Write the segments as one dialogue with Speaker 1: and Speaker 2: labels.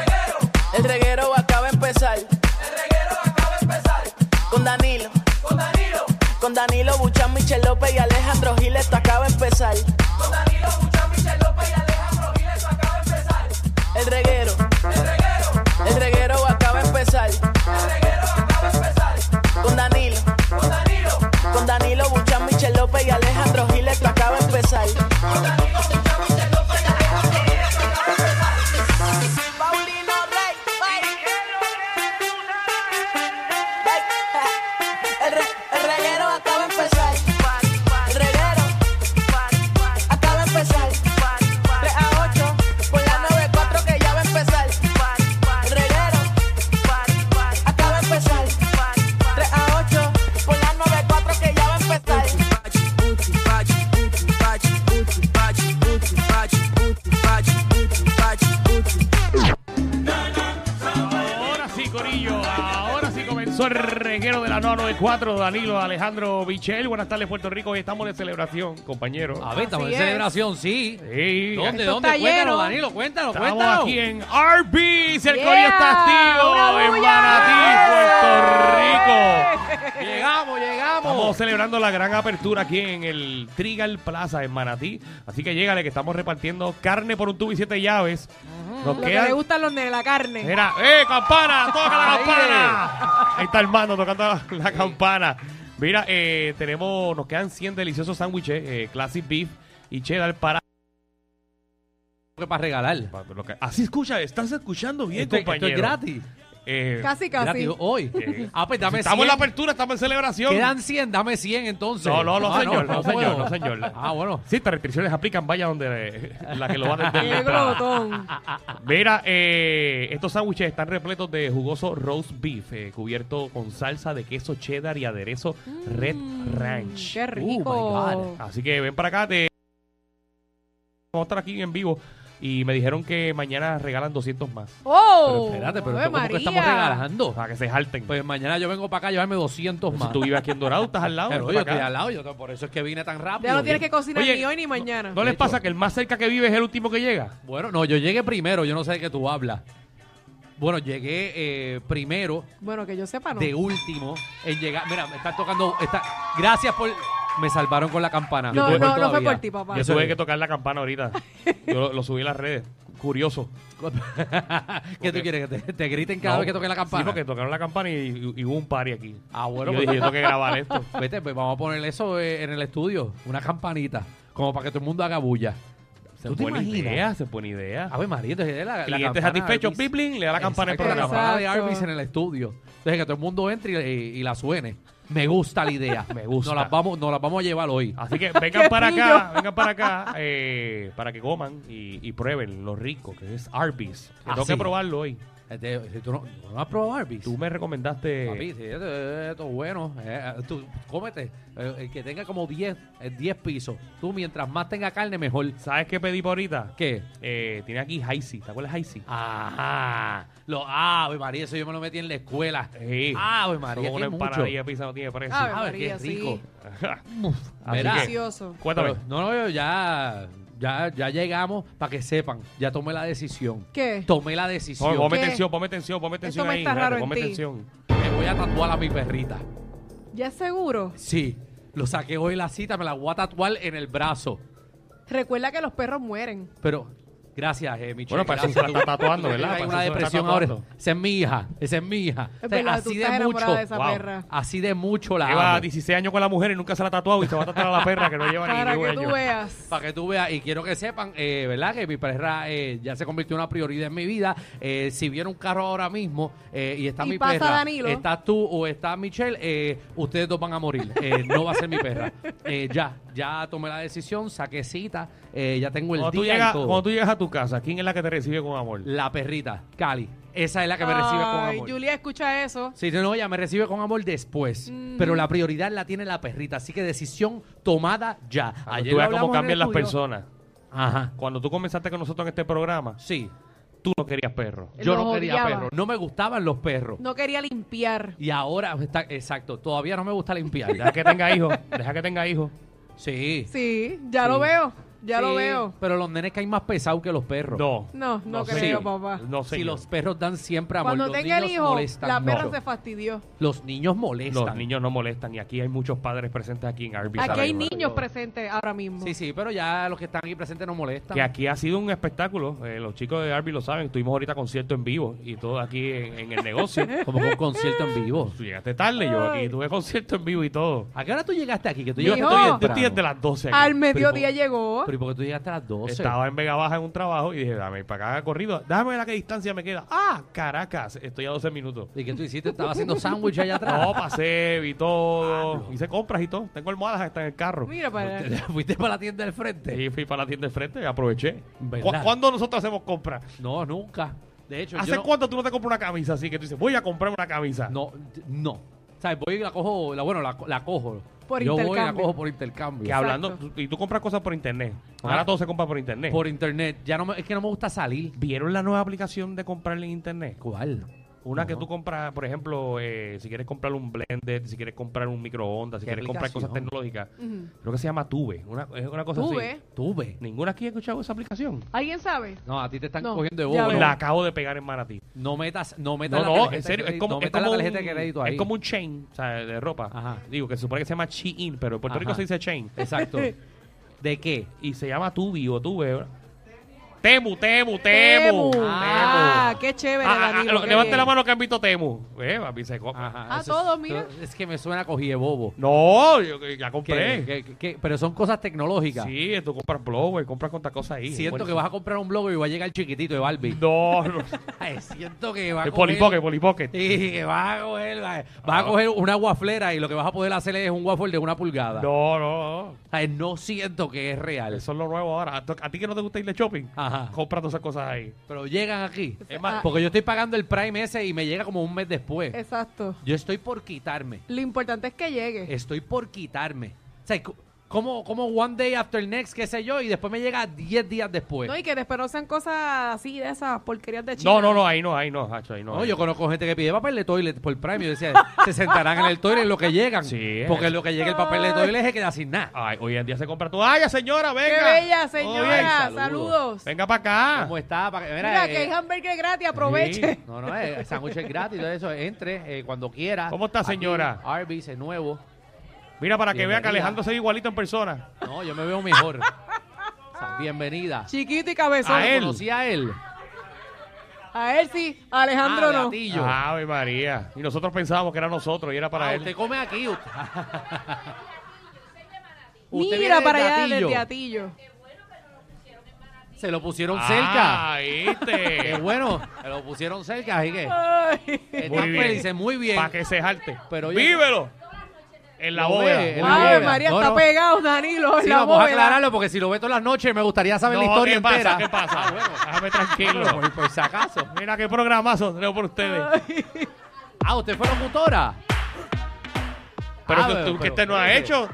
Speaker 1: reguero. El reguero acaba de empezar. El reguero acaba de empezar. Con Danilo. Con Danilo. Con Danilo Buchan, Michel López y Alejandro Gil, esto acaba de empezar. Con Danilo Buchan, Michel López y Alejandro Gil, esto acaba de empezar. El reguero. El reguero. El reguero acaba de empezar. El reguero acaba de empezar. Con Danilo. Con Danilo. Con Danilo Buchan, Michel López y Alejandro Gil, esto acaba de empezar. Paulino Rey, El, re- el reguero acaba de empezar. El reguero acaba de empezar. 3 a 8 por la 94 que ya va a empezar. El reguero acaba de empezar. 3 a 8 por la 94 que ya va a empezar.
Speaker 2: Ahora sí, Corillo, ahora sí comenzó el reguero de la 994, Danilo Alejandro Michel. Buenas tardes, Puerto Rico. Hoy estamos de celebración, compañero.
Speaker 3: A ver, estamos
Speaker 4: Así
Speaker 3: en
Speaker 4: es.
Speaker 3: celebración, sí.
Speaker 2: Sí.
Speaker 3: Ah, ¿Dónde,
Speaker 4: Esto
Speaker 3: dónde? Cuéntalo,
Speaker 4: está lleno.
Speaker 3: Danilo, cuéntalo,
Speaker 2: Estamos
Speaker 3: cuéntalo.
Speaker 2: aquí en Arby's, el
Speaker 4: Yeah,
Speaker 2: Corillo está activo
Speaker 4: una
Speaker 2: en
Speaker 4: bulla.
Speaker 2: Manatí, Puerto Rico.
Speaker 3: Llegamos,
Speaker 2: Estamos
Speaker 3: llegamos.
Speaker 2: celebrando la gran apertura aquí en el Trigal Plaza en Manatí. Así que llégale que estamos repartiendo carne por un tubo y siete llaves. Nos
Speaker 4: Lo que
Speaker 2: quedan
Speaker 4: le gustan los nenes, la carne.
Speaker 2: Mira, ¡eh, campana! ¡Toca la
Speaker 3: Ahí.
Speaker 2: campana! Ahí está Armando tocando la, la campana. Mira, eh, tenemos, nos quedan 100 deliciosos sándwiches, eh, classic beef y cheddar para...
Speaker 3: Que Para regalar.
Speaker 2: para lo que- así escucha, estás escuchando bien,
Speaker 3: Esto, esto
Speaker 2: compañero.
Speaker 3: es gratis.
Speaker 2: Eh,
Speaker 4: Casi, casi.
Speaker 3: Gratis hoy.
Speaker 2: Eh,
Speaker 3: Ah, pues dame
Speaker 2: estamos en la
Speaker 3: 100.
Speaker 2: apertura, estamos en celebración.
Speaker 3: Quedan 100, dame 100 entonces.
Speaker 2: No, no, no,
Speaker 3: Ah,
Speaker 2: señor, no, señor,
Speaker 3: puedo.
Speaker 2: no, señor.
Speaker 3: Ah, bueno.
Speaker 2: Sí, estas restricciones aplican, vaya donde eh, la que lo va a entender.
Speaker 4: Qué glotón.
Speaker 2: Mira, eh, estos sándwiches están repletos de jugoso roast beef, eh, cubierto con salsa de queso cheddar y aderezo Red Ranch. Oh,
Speaker 4: Mm, Qué rico.
Speaker 3: God.
Speaker 2: Así que ven para acá, te... vamos a estar aquí en vivo. Y me dijeron que mañana regalan 200 más.
Speaker 4: Oh,
Speaker 3: Pero espérate, pero
Speaker 4: Ave
Speaker 3: esto, ¿cómo que
Speaker 4: María.
Speaker 3: estamos regalando?
Speaker 2: Para que se jalten.
Speaker 3: Pues mañana yo vengo para acá a llevarme 200
Speaker 2: si
Speaker 3: más.
Speaker 2: tú vives aquí en Dorado, estás al lado.
Speaker 3: Pero
Speaker 2: vente
Speaker 3: yo
Speaker 2: para
Speaker 3: estoy
Speaker 2: acá.
Speaker 3: al lado, yo, por eso es que vine tan rápido.
Speaker 4: Ya no tienes que cocinar
Speaker 2: Oye,
Speaker 4: ni hoy ni mañana.
Speaker 2: ¿No les pasa que el más cerca que vive es el último que llega?
Speaker 3: Bueno, no, yo llegué primero, yo no sé de qué tú hablas. Bueno, llegué eh, primero
Speaker 4: bueno, que yo sepa, no.
Speaker 3: de último en llegar. Mira, me están tocando. está- gracias por. Me salvaron con la campana.
Speaker 4: No,
Speaker 3: Voy
Speaker 4: no, no fue
Speaker 3: todavía.
Speaker 4: por ti, papá.
Speaker 2: Yo
Speaker 3: Eso
Speaker 2: tuve
Speaker 3: es.
Speaker 2: que tocar la campana ahorita. Yo lo, lo subí a las redes. Curioso.
Speaker 3: ¿Qué tú quieres? ¿Que te, te griten cada
Speaker 2: No,
Speaker 3: vez que toque la
Speaker 2: Sí,
Speaker 3: campana?
Speaker 2: porque tocaron la campana y, y- y hubo un party aquí.
Speaker 3: Ah, bueno,
Speaker 2: Y yo
Speaker 3: pues-
Speaker 2: dije, yo tengo que grabar esto.
Speaker 3: Vete, pues vamos a poner eso eh, en el estudio. Una campanita. Como para que todo el mundo haga bulla.
Speaker 2: Se
Speaker 3: ¿Tú te
Speaker 2: buena
Speaker 3: imaginas?
Speaker 2: idea, se pone idea.
Speaker 3: A ver, María, entonces la- la,
Speaker 2: Ah, Cliente
Speaker 3: campana
Speaker 2: satisfecho,
Speaker 3: Arby's.
Speaker 2: bling, bling, le da la campana al
Speaker 3: Exacto, La
Speaker 2: programa.
Speaker 3: campana de
Speaker 4: Exacto.
Speaker 3: Arby's en el estudio. Entonces que todo el mundo entre y, y- y la suene. Me gusta la idea.
Speaker 2: Me gusta.
Speaker 3: Nos las vamos, nos las vamos a llevar hoy.
Speaker 2: Así que vengan para acá,
Speaker 4: pillo.
Speaker 2: vengan para acá, eh, para que coman y, y prueben lo rico que es Arby's. Que
Speaker 3: Ah,
Speaker 2: tengo que
Speaker 3: sí.
Speaker 2: probarlo hoy.
Speaker 3: Este, si tú no, tú no has probado Arby's.
Speaker 2: Tú me recomendaste.
Speaker 3: Papi, sí, esto, esto es bueno. Eh, tú, cómete. Eh, el que tenga como 10, eh, 10 pisos. Tú, mientras más tenga carne, mejor.
Speaker 2: ¿Sabes qué pedí por ahorita?
Speaker 3: ¿Qué?
Speaker 2: Eh, tiene aquí Heisey. ¿Te acuerdas de Heisey?
Speaker 3: Ajá. Lo, ah, Ave María, eso yo me lo metí en la escuela.
Speaker 2: Sí.
Speaker 3: Ah, Ave María,
Speaker 2: Como una
Speaker 3: qué mucho.
Speaker 2: empanadilla de pizza no tiene precio.
Speaker 4: Ave
Speaker 3: Ave,
Speaker 4: María,
Speaker 3: qué
Speaker 4: sí.
Speaker 3: rico.
Speaker 2: Así
Speaker 3: Verá.
Speaker 2: que,
Speaker 4: Delicioso.
Speaker 2: cuéntame.
Speaker 3: Pero, no, no, ya, ya, ya llegamos para que sepan. Ya tomé la decisión.
Speaker 4: ¿Qué?
Speaker 3: Tomé la
Speaker 2: Pon-
Speaker 3: decisión.
Speaker 2: Ponme
Speaker 4: ¿Qué?
Speaker 2: atención, ponme atención, ponme atención
Speaker 4: me
Speaker 2: ahí.
Speaker 4: está
Speaker 2: espérate,
Speaker 4: raro en
Speaker 2: ponme
Speaker 4: ti.
Speaker 2: atención.
Speaker 3: Me voy a tatuar a mi perrita.
Speaker 4: ¿Ya es seguro?
Speaker 3: Sí. Lo saqué hoy de la cita, me la voy a tatuar en el brazo.
Speaker 4: Recuerda que los perros mueren.
Speaker 3: Pero, Gracias, eh, Michelle.
Speaker 2: Bueno, para eso
Speaker 3: gracias,
Speaker 2: se la
Speaker 3: tú-
Speaker 2: está tatuando,
Speaker 3: tú
Speaker 2: ¿verdad?
Speaker 3: tienes
Speaker 2: Para eso
Speaker 3: una
Speaker 2: se la está
Speaker 3: depresión ahora.
Speaker 2: tatuando.
Speaker 3: Esa es mi hija, esa es mi hija. O sea,
Speaker 4: Es verdad, tú
Speaker 3: así
Speaker 4: estás
Speaker 3: de
Speaker 4: enamorada
Speaker 3: mucho,
Speaker 4: de esa
Speaker 3: wow,
Speaker 4: perra.
Speaker 3: así de mucho la
Speaker 2: Lleva
Speaker 3: amo.
Speaker 2: 16 años con la mujer y nunca se la ha tatuado y se va a tatuar a la perra que no lleva
Speaker 4: Para
Speaker 2: ni
Speaker 4: que
Speaker 2: 10
Speaker 4: tú
Speaker 2: años.
Speaker 4: veas.
Speaker 3: Para que tú veas, y quiero que sepan, eh, ¿verdad? Que mi perra eh, ya se convirtió en una prioridad en mi vida. Eh, si viene un carro ahora mismo eh, y está
Speaker 4: Y
Speaker 3: mi
Speaker 4: pasa
Speaker 3: perra,
Speaker 4: Danilo.
Speaker 3: está tú o está Michelle, eh, ustedes dos van a morir. Eh, no va a ser mi perra. Eh, ya, ya tomé la decisión, saqué cita, eh, ya tengo el
Speaker 2: Cuando tú,
Speaker 3: día y
Speaker 2: llegas,
Speaker 3: todo.
Speaker 2: cuando tú llegas a tu casa, ¿quién es la que te recibe con amor?
Speaker 3: La perrita, Cali. Esa es la que me recibe con
Speaker 4: Ay,
Speaker 3: amor.
Speaker 4: Julia, escucha eso.
Speaker 3: Sí, no, ella me recibe con amor después.
Speaker 4: Mm.
Speaker 3: Pero la prioridad la tiene la perrita. Así que decisión tomada ya.
Speaker 2: Cuando
Speaker 3: Ayer
Speaker 2: tú
Speaker 3: lo
Speaker 2: veas cómo
Speaker 3: hablamos en el
Speaker 2: cambian las
Speaker 3: estudio.
Speaker 2: personas.
Speaker 3: Ajá.
Speaker 2: Cuando tú comenzaste con nosotros en este programa,
Speaker 3: Sí.
Speaker 2: tú no querías perro.
Speaker 3: Yo
Speaker 4: Los
Speaker 3: no quería
Speaker 4: odiaba.
Speaker 3: perros. No me gustaban los perros.
Speaker 4: No quería limpiar.
Speaker 3: Y ahora está. Exacto. Todavía no me gusta limpiar.
Speaker 2: Deja que tenga hijos. Deja que tenga hijos.
Speaker 3: Sí.
Speaker 4: Sí, ya
Speaker 3: Sí.
Speaker 4: lo veo. Ya
Speaker 3: Sí,
Speaker 4: lo veo.
Speaker 3: Pero los nenes caen más pesados que los perros.
Speaker 2: No.
Speaker 4: No, no
Speaker 2: señor.
Speaker 4: creo, papá.
Speaker 2: No,
Speaker 3: Si
Speaker 2: señor.
Speaker 3: los perros dan siempre amor.
Speaker 4: Cuando
Speaker 3: los
Speaker 4: tenga el
Speaker 3: niños
Speaker 4: hijo,
Speaker 3: molestan
Speaker 4: la perra
Speaker 3: mucho.
Speaker 4: se fastidió.
Speaker 3: Los niños molestan.
Speaker 2: Los niños no molestan y aquí hay muchos padres presentes aquí en Arby.
Speaker 4: Aquí hay
Speaker 2: Sabrina.
Speaker 4: niños presentes ahora mismo.
Speaker 3: Sí, sí, pero ya los que están aquí presentes no molestan.
Speaker 2: Que aquí ha sido un espectáculo. eh, los chicos de Arby lo saben. Tuvimos ahorita concierto en vivo y todo aquí en, en el negocio.
Speaker 3: Como con un concierto en vivo.
Speaker 2: Tú llegaste tarde, yo aquí tuve concierto en vivo y todo.
Speaker 3: ¿A qué hora tú llegaste aquí? Que tú
Speaker 2: Yo
Speaker 3: llegaste
Speaker 4: Mijo.
Speaker 2: estoy, yo
Speaker 3: temprano.
Speaker 2: estoy desde las 12 aquí.
Speaker 4: Al mediodía
Speaker 3: Pero-
Speaker 4: llegó.
Speaker 3: Pero ¿y por qué tú llegaste a las 12?
Speaker 2: Estaba en Vega Baja en un trabajo y dije, dame para acá corrido, dame ver a qué distancia me queda. Ah, Caracas, estoy a 12 minutos.
Speaker 3: ¿Y qué tú hiciste? Estaba haciendo sándwich allá atrás.
Speaker 2: No, pasé, vi todo, hice compras y todo. Tengo almohadas hasta en el carro.
Speaker 4: Mira para allá.
Speaker 3: Fuiste para la tienda del frente.
Speaker 2: Y fui para la tienda de frente y aproveché.
Speaker 3: ¿Verdad?
Speaker 2: ¿Cu- ¿Cuándo nosotros hacemos compras?
Speaker 3: No, nunca. De hecho,
Speaker 2: ¿Hace
Speaker 3: yo no,
Speaker 2: cuánto tú no te compras una camisa así que tú dices, voy a comprar una camisa?
Speaker 3: no, no. O sea, voy y la cojo, la, bueno, la, co- la cojo.
Speaker 4: Por
Speaker 3: yo voy y la
Speaker 4: intercambio.
Speaker 3: cojo por intercambio.
Speaker 2: Que hablando, tú- y tú compras cosas por internet. Ahora
Speaker 3: Ah.
Speaker 2: todo se compra por internet.
Speaker 3: Por internet. Ya no me- es que no me gusta salir.
Speaker 2: ¿Vieron la nueva aplicación de comprar en internet?
Speaker 3: ¿Cuál?
Speaker 2: Una que tú compras, por ejemplo, eh, si quieres comprar un blender, si quieres comprar un microondas, si
Speaker 3: ¿Qué
Speaker 2: quieres comprar
Speaker 3: aplicación?
Speaker 2: cosas tecnológicas,
Speaker 4: Ujú.
Speaker 2: creo que se llama Tuve. Una, es una cosa
Speaker 4: Tuve.
Speaker 2: así.
Speaker 3: Tuve.
Speaker 2: Ninguna aquí ha escuchado esa aplicación.
Speaker 4: ¿Alguien sabe?
Speaker 3: No, a ti te están
Speaker 4: No,
Speaker 3: cogiendo de
Speaker 4: ya
Speaker 3: bobo.
Speaker 4: veo.
Speaker 2: La acabo de pegar en Manatí.
Speaker 3: No metas, no metas
Speaker 2: No,
Speaker 3: la
Speaker 2: no,
Speaker 3: tarjeta
Speaker 2: en serio,
Speaker 3: de
Speaker 2: es
Speaker 3: crédito,
Speaker 2: como,
Speaker 3: no
Speaker 2: es,
Speaker 3: metas
Speaker 2: como
Speaker 3: la tarjeta
Speaker 2: un,
Speaker 3: de crédito ahí.
Speaker 2: es como un chain, o sea, de ropa.
Speaker 3: Ajá.
Speaker 2: Digo, que se supone que se llama Shein, pero en Puerto
Speaker 3: Ajá.
Speaker 2: Rico se dice chain.
Speaker 3: Exacto. ¿De qué?
Speaker 2: Y se llama Tubi o Tuve. Temu, Temu, Temu.
Speaker 4: Temu.
Speaker 2: Temu.
Speaker 4: Ah, qué chévere,
Speaker 2: Ah, ah,
Speaker 4: Danilo,
Speaker 2: lo-
Speaker 4: qué
Speaker 2: levante
Speaker 4: bien.
Speaker 2: la mano que han visto Temu. Eh, papi, se co-
Speaker 3: Ajá,
Speaker 4: Ah,
Speaker 3: eso es-
Speaker 4: todo, mira.
Speaker 3: Es que me suena a cogí de bobo.
Speaker 2: No, yo eh, ya compré.
Speaker 3: Que- que- que- pero son cosas tecnológicas.
Speaker 2: Sí, tú compras blower, compras cuantas cosas ahí.
Speaker 3: Siento que vas a comprar un blog y va a llegar chiquitito de Barbie.
Speaker 2: No, no.
Speaker 3: Ay, siento que va a
Speaker 2: El
Speaker 3: coger-
Speaker 2: polipoque, el polipoque.
Speaker 3: Sí, que vas a coger,
Speaker 2: Ah,
Speaker 3: va- vas a coger una guaflera y lo que vas a poder hacer es un waffle de una pulgada.
Speaker 2: No, no,
Speaker 3: Ay, no siento que es
Speaker 2: no.
Speaker 3: real.
Speaker 2: Eso es lo nuevo ahora. A, to- a ti que no te gusta ir de shopping,
Speaker 3: Ajá.
Speaker 2: compra todas esas cosas ahí.
Speaker 3: Pero llegan aquí.
Speaker 2: Es más,
Speaker 3: Porque yo estoy pagando el Prime ese y me llega como un mes después.
Speaker 4: Exacto.
Speaker 3: Yo estoy por quitarme.
Speaker 4: Lo importante es que
Speaker 2: Este,
Speaker 4: llegue.
Speaker 3: Estoy por quitarme. O sea, co- como, como one day after next, qué sé yo, y después me llega 10 días después.
Speaker 4: No, y que después no sean cosas así de esas porquerías de China.
Speaker 2: pues. no, no, no, ahí no, ahí no, Hacho, ahí no.
Speaker 3: No,
Speaker 2: ahí
Speaker 3: yo
Speaker 2: no.
Speaker 3: conozco gente que pide papel de toilet por Prime. Yo decía, se sentarán en el toilet en lo que llegan.
Speaker 2: Sí,
Speaker 3: porque
Speaker 2: es.
Speaker 3: en lo que llega el papel de toilet se queda sin nada.
Speaker 2: Ay, hoy en día se compra tú. ¡Ay, señora, venga!
Speaker 4: ¡Qué bella,
Speaker 2: Todo bien.
Speaker 4: señora!
Speaker 3: saludos.
Speaker 4: ¡Saludos!
Speaker 2: Venga para acá.
Speaker 3: ¿Cómo está? Pa- Mira,
Speaker 4: Mira,
Speaker 3: eh,
Speaker 4: que hay hamburger gratis, aproveche.
Speaker 2: Sí.
Speaker 3: No, no, eh, sándwich es gratis, todo eso. Entre eh, cuando quiera.
Speaker 2: ¿Cómo está, señora?
Speaker 3: Aquí, Arby's es nuevo.
Speaker 2: Mira, para que vea que
Speaker 3: Bienvenida.
Speaker 2: Alejandro se ve igualito en persona.
Speaker 3: No, yo me veo mejor. O sea, bienvenida.
Speaker 4: Chiquito y cabezón.
Speaker 2: A él.
Speaker 3: Conocí a él.
Speaker 4: A él sí, a Alejandro
Speaker 3: Ah,
Speaker 4: no.
Speaker 3: gatillo.
Speaker 2: Ave María. Y nosotros pensábamos que era nosotros y era para
Speaker 3: Ah,
Speaker 2: él.
Speaker 3: usted come aquí. Usted, Usted viene
Speaker 4: Mira
Speaker 3: del
Speaker 4: para allá
Speaker 3: gatillo.
Speaker 4: del gatillo.
Speaker 3: Se lo pusieron
Speaker 2: Ah,
Speaker 3: cerca. Qué
Speaker 2: ¿viste?
Speaker 3: bueno, se lo pusieron cerca, así que
Speaker 4: Ay.
Speaker 3: están
Speaker 2: bien.
Speaker 3: felices, muy bien.
Speaker 2: Para que se jalte.
Speaker 3: Pero yo-
Speaker 2: ¡Vívelo! En la
Speaker 3: Lo
Speaker 2: bóveda.
Speaker 3: ve,
Speaker 2: Muy
Speaker 3: en la
Speaker 2: bien.
Speaker 3: bóveda.
Speaker 4: Ay, María,
Speaker 3: No,
Speaker 4: está
Speaker 3: no.
Speaker 4: pegado, Danilo. en
Speaker 3: Sí,
Speaker 4: la
Speaker 3: vamos a
Speaker 4: bóveda.
Speaker 3: aclararlo porque si lo ve todas las noches me gustaría saber la historia
Speaker 2: ¿qué pasa?
Speaker 3: entera.
Speaker 2: ¿Qué pasa?
Speaker 3: Ah, bueno. Ah,
Speaker 2: Déjame tranquilo.
Speaker 3: Por, por si acaso.
Speaker 2: Mira qué programazo tenemos por ustedes.
Speaker 3: Ah, usted fue locutora.
Speaker 2: Pero
Speaker 3: Ah,
Speaker 2: tú- tú,
Speaker 3: pero-
Speaker 2: que este no ha
Speaker 3: pero-
Speaker 2: hecho.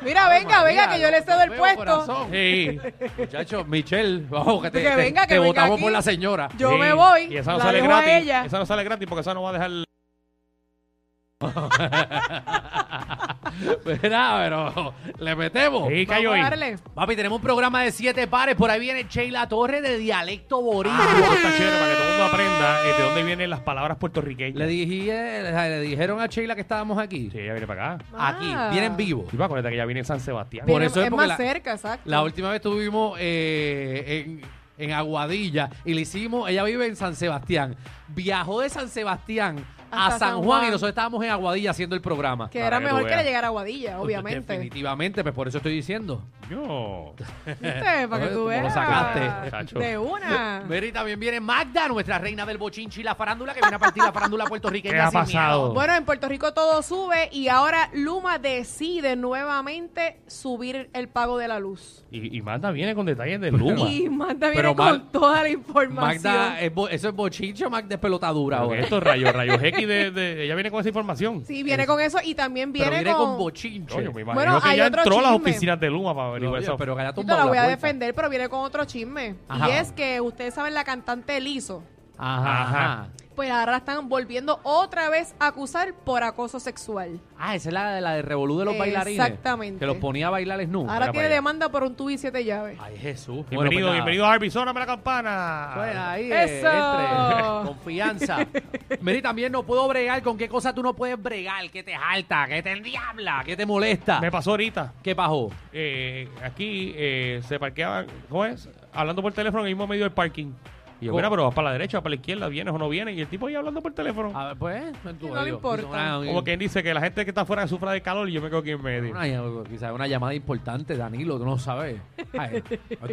Speaker 4: Mira, venga, venga, que yo le cedo el puesto.
Speaker 2: Sí.
Speaker 3: Muchachos, Michelle, vamos, que te,
Speaker 4: Que
Speaker 3: te-
Speaker 4: venga, que
Speaker 3: te
Speaker 4: venga
Speaker 3: votamos
Speaker 4: aquí.
Speaker 3: por la señora.
Speaker 4: Yo
Speaker 2: Sí.
Speaker 4: me voy.
Speaker 2: Y esa no
Speaker 4: la
Speaker 2: sale
Speaker 4: dejo a
Speaker 2: gratis.
Speaker 4: ella.
Speaker 2: Esa no sale gratis porque esa no va a dejar.
Speaker 3: Verá, pero le metemos.
Speaker 2: Sí,
Speaker 4: Vamos
Speaker 2: cayó
Speaker 4: a
Speaker 2: ahí.
Speaker 4: darle.
Speaker 3: Papi, tenemos un programa de siete pares. Por ahí viene Sheila Torre de Dialecto
Speaker 2: Ah,
Speaker 3: Boricua.
Speaker 2: esto está chévere para que todo el mundo aprenda eh, de dónde vienen las palabras puertorriqueñas.
Speaker 3: Le, dije, eh, le, le dijeron a Sheila que estábamos aquí.
Speaker 2: Sí, ella viene para acá.
Speaker 3: Aquí,
Speaker 4: Ah.
Speaker 3: viene en vivo.
Speaker 2: Y va, acuérdate que ella viene en San Sebastián.
Speaker 3: Por
Speaker 4: Viene-
Speaker 3: eso es
Speaker 4: es
Speaker 3: porque
Speaker 4: más
Speaker 3: la-
Speaker 4: cerca, exacto.
Speaker 3: La última vez estuvimos eh, en, en Aguadilla, y le hicimos, ella vive en San Sebastián. Viajó de San Sebastián a
Speaker 4: Hasta
Speaker 3: San,
Speaker 4: San
Speaker 3: Juan,
Speaker 4: Juan.
Speaker 3: y nosotros estábamos en Aguadilla haciendo el programa.
Speaker 4: Que
Speaker 2: Para
Speaker 4: era
Speaker 2: que tú
Speaker 4: mejor que
Speaker 2: veas.
Speaker 4: le llegara a Guadilla, obviamente.
Speaker 3: Definitivamente, pues por eso estoy diciendo.
Speaker 2: Yo.
Speaker 4: ¿Viste? Para que tú
Speaker 3: Como lo
Speaker 4: veas.
Speaker 3: sacaste,
Speaker 2: chacho.
Speaker 4: De una.
Speaker 3: Mira, y también viene Magda, nuestra reina del bochinchi y la farándula, que viene a partir la farándula puertorriqueña.
Speaker 2: ¿Qué ha
Speaker 3: sin
Speaker 2: pasado?
Speaker 3: miedo.
Speaker 4: Bueno, en Puerto Rico todo sube y ahora Luma decide nuevamente subir el pago de la luz.
Speaker 2: Y, y Manda viene con detalles de Luma.
Speaker 4: Y Magda viene
Speaker 3: Pero
Speaker 4: con
Speaker 3: Mag-
Speaker 4: toda la información.
Speaker 3: Magda, eh, es bo- eso es bochinche o Magda es pelotadura
Speaker 2: Porque
Speaker 3: ahora.
Speaker 2: Esto es rayos, rayos X de, de- Ella viene con esa información.
Speaker 4: sí, viene con eso y también
Speaker 3: Pero
Speaker 4: viene,
Speaker 3: viene con,
Speaker 4: con...
Speaker 3: bochinche.
Speaker 2: Coño, me
Speaker 4: Bueno,
Speaker 2: imagino que
Speaker 4: hay
Speaker 2: ella
Speaker 4: otro
Speaker 2: entró a las
Speaker 4: chisme.
Speaker 2: oficinas de Luma para
Speaker 3: No,
Speaker 2: averiguar
Speaker 3: oye,
Speaker 2: eso.
Speaker 3: pero que haya
Speaker 4: Yo te
Speaker 3: tumbado
Speaker 4: la
Speaker 3: la
Speaker 4: voy a
Speaker 3: puerta.
Speaker 4: defender, pero viene con otro chisme.
Speaker 3: Ajá.
Speaker 4: Y es que ustedes saben la cantante Lizo.
Speaker 3: Ajá,
Speaker 2: Ajá.
Speaker 3: ajá.
Speaker 4: Pues ahora la están volviendo otra vez a acusar por acoso sexual.
Speaker 3: Ah, esa es la de la de Revolú de los bailarines.
Speaker 4: Exactamente.
Speaker 3: Que los ponía a bailar snu.
Speaker 4: Ahora
Speaker 2: mira
Speaker 4: tiene
Speaker 2: para allá.
Speaker 4: demanda por un tubo y siete llaves.
Speaker 3: Ay, Jesús. Bueno,
Speaker 2: Bienvenido,
Speaker 3: pues nada.
Speaker 2: bienvenido a Harvey, sóname la campana.
Speaker 3: Pues ahí,
Speaker 4: Eso.
Speaker 3: eh, entre. Confianza. Mira, y también no puedo bregar con qué cosa tú no puedes bregar. ¿Qué te jalta? ¿Qué te endiabla? ¿Qué te molesta?
Speaker 2: Me pasó ahorita.
Speaker 3: ¿Qué pasó?
Speaker 2: Eh, aquí eh, se parqueaban, ¿cómo es? Hablando por teléfono en el mismo medio del parking. Y yo,
Speaker 3: ¿Cómo?
Speaker 2: mira, pero vas para la derecha, vas para la izquierda, vienes o no vienes. Y el tipo ahí hablando por teléfono.
Speaker 3: A ver, pues. No,
Speaker 4: no le importa.
Speaker 2: Como quien dice que la gente que está afuera sufra de calor y yo me quedo aquí en medio.
Speaker 3: Una, quizás una llamada importante, Danilo, tú no sabes. Ay,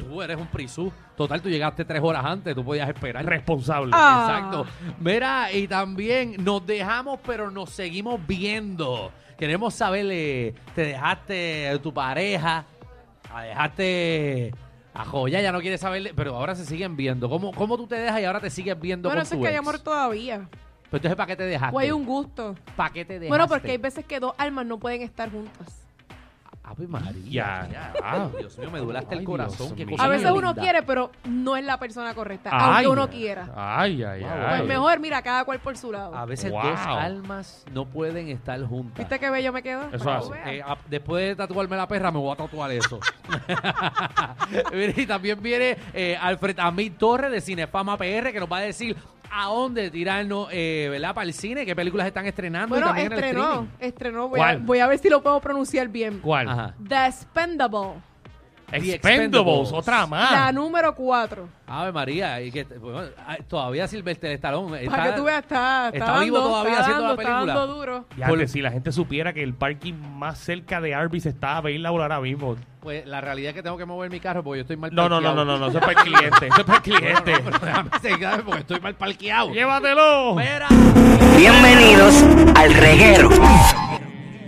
Speaker 3: tú eres un prisú. Total, tú llegaste tres horas antes, tú podías esperar.
Speaker 2: Responsable.
Speaker 4: Ah.
Speaker 3: Exacto. Mira, y también nos dejamos, pero nos seguimos viendo. Queremos saberle, te dejaste a tu pareja, la dejaste a Joya, ya no quiere saberle, pero ahora se siguen viendo. ¿Cómo, cómo tú te dejas y ahora te sigues viendo
Speaker 4: Bueno,
Speaker 3: con
Speaker 4: eso
Speaker 3: tu
Speaker 4: es que hay
Speaker 3: ex?
Speaker 4: amor todavía.
Speaker 3: Pero entonces, ¿para qué te dejaste?
Speaker 4: O hay un gusto.
Speaker 3: ¿Para qué te dejaste?
Speaker 4: Bueno, porque hay veces que dos almas no pueden estar juntas.
Speaker 3: Ave María.
Speaker 2: Ya.
Speaker 3: ya. Ay, Dios mío, me duraste
Speaker 2: Ay,
Speaker 3: el corazón.
Speaker 2: Dios
Speaker 3: qué
Speaker 2: mío.
Speaker 3: cosa
Speaker 4: A
Speaker 2: Sí,
Speaker 4: veces
Speaker 3: más
Speaker 4: uno
Speaker 3: linda.
Speaker 4: quiere, pero no es la persona correcta,
Speaker 2: Ay.
Speaker 4: aunque uno quiera.
Speaker 2: Ay, ay,
Speaker 3: Wow,
Speaker 2: ay.
Speaker 3: pues
Speaker 4: Pues mejor, mira, cada cual por su
Speaker 3: A
Speaker 4: lado.
Speaker 3: veces
Speaker 2: Wow.
Speaker 3: dos almas no pueden estar juntas.
Speaker 4: ¿Viste qué bello me quedó?
Speaker 2: Eso
Speaker 4: Para que tú
Speaker 2: hace.
Speaker 4: veas.
Speaker 3: Eh, a- después de tatuarme la perra, me voy a tatuar eso. Mira, y también viene eh, Alfred Amid Torres de Cinefama PR que nos va a decir a dónde tirarnos, eh, ¿verdad? Para el cine, qué películas están estrenando. y
Speaker 4: Bueno,
Speaker 3: también en el
Speaker 4: estrenó,
Speaker 3: streaming.
Speaker 4: estrenó. Voy a,
Speaker 2: ¿Cuál?
Speaker 4: voy a ver si lo puedo pronunciar bien.
Speaker 2: ¿Cuál?
Speaker 3: Ajá.
Speaker 4: The Spendable,
Speaker 2: Expendables,
Speaker 3: Expendables.
Speaker 2: otra
Speaker 3: Ah.
Speaker 2: más.
Speaker 4: la número 4.
Speaker 3: Ave María, y que, bueno, ay, todavía Silvestre Estalón.
Speaker 4: Para que tú veas, está, está,
Speaker 3: está vivo
Speaker 4: dando,
Speaker 3: todavía
Speaker 4: está
Speaker 3: haciendo la
Speaker 4: dando, está
Speaker 3: película.
Speaker 4: dando duro.
Speaker 2: Ya,
Speaker 3: Por-
Speaker 2: que si la gente supiera que el parking más cerca de Arby's está a Baila ahora mismo.
Speaker 3: Pues la realidad es que tengo que mover mi carro porque yo estoy mal
Speaker 2: No, no, no,
Speaker 3: parqueado.
Speaker 2: no, no, no, eso es para el cliente, eso es para el
Speaker 3: Bueno,
Speaker 2: cliente.
Speaker 3: no, pero déjame seguir, porque estoy mal parqueado.
Speaker 2: ¡Llévatelo!
Speaker 3: Mira.
Speaker 5: Bienvenidos al reguero.